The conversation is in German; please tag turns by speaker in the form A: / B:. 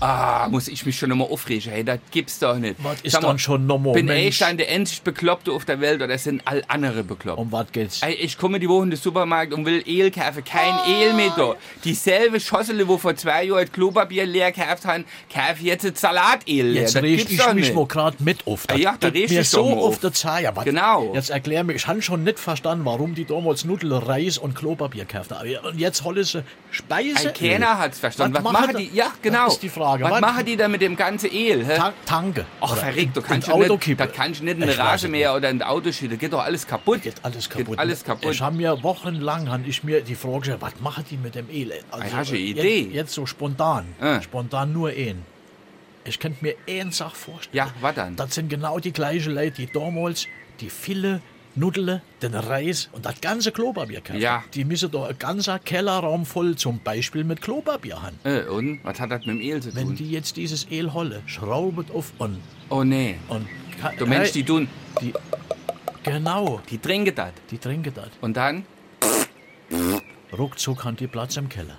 A: Ah, muss ich mich schon immer aufregen, hey, das gibt's doch nicht.
B: Was ist
A: Sag mal,
B: dann schon normal,
A: Bin
B: Mensch?
A: ich dann der einzig Bekloppte auf der Welt oder sind all andere bekloppt?
B: Um was geht's?
A: Ey, Ich komme die Woche in den Supermarkt und will Ehl kaufen. Kein Ehl mehr da. Dieselbe Schossele, wo vor zwei Jahren das Klopapier leer gekauft haben, kaufe ich jetzt Salat-Ehl leer.
B: Jetzt
A: Das
B: reg
A: gibt's
B: ich
A: doch
B: mich
A: nicht.
B: mal grad mit auf. Das
A: Ja, da
B: tut
A: reg
B: mir
A: dich doch
B: so
A: mal
B: auf
A: auf.
B: der Zeier. Was?
A: Genau.
B: Jetzt erklär mir, ich habe schon nicht verstanden, warum die damals Nudeln, Reis und Klopapier gekauft haben. Und jetzt holen sie Speise.
A: Ein Kenner hat's verstanden. Was, machen die? Ja, genau.
B: Das ist Äh, die Frage.
A: Was, machen die da mit dem ganzen Ehl? hä?
B: Ta Tanke.
A: Ach,
B: Oder
A: verregt, du
B: in-
A: kannst
B: in
A: ja nicht,
B: Autokippe.
A: da kannst du nicht in
B: Ich
A: eine
B: weiß
A: Rage
B: es
A: mehr oder in ein Auto schießen. Geht doch alles kaputt.
B: Geht alles
A: Geht
B: kaputt. ne?
A: alles kaputt.
B: Ich habe mir wochenlang hab ich mir die Frage gestellt, was machen die mit dem Elend? Also,
A: hast du eine
B: äh,
A: Idee?
B: Jetzt, jetzt so spontan.
A: Äh.
B: Spontan nur ein. Ich könnte mir eine Sache vorstellen.
A: Ja, was dann?
B: Das sind genau die gleichen Leute, die damals die viele Nudeln, den Reis und das ganze Klopapier kaufen.
A: Ja.
B: Die müssen doch einen ganzen Kellerraum voll zum Beispiel mit Klopapier haben.
A: Äh, und? Was hat das mit dem Ehl zu
B: Wenn
A: tun?
B: die jetzt dieses El holle, schraubet auf und...
A: oh nee.
B: und
A: Du Mensch, die tun,
B: die... Genau,
A: die trinken das.
B: die trinken das.
A: Und dann?
B: Ruckzuck haben die Platz im Keller.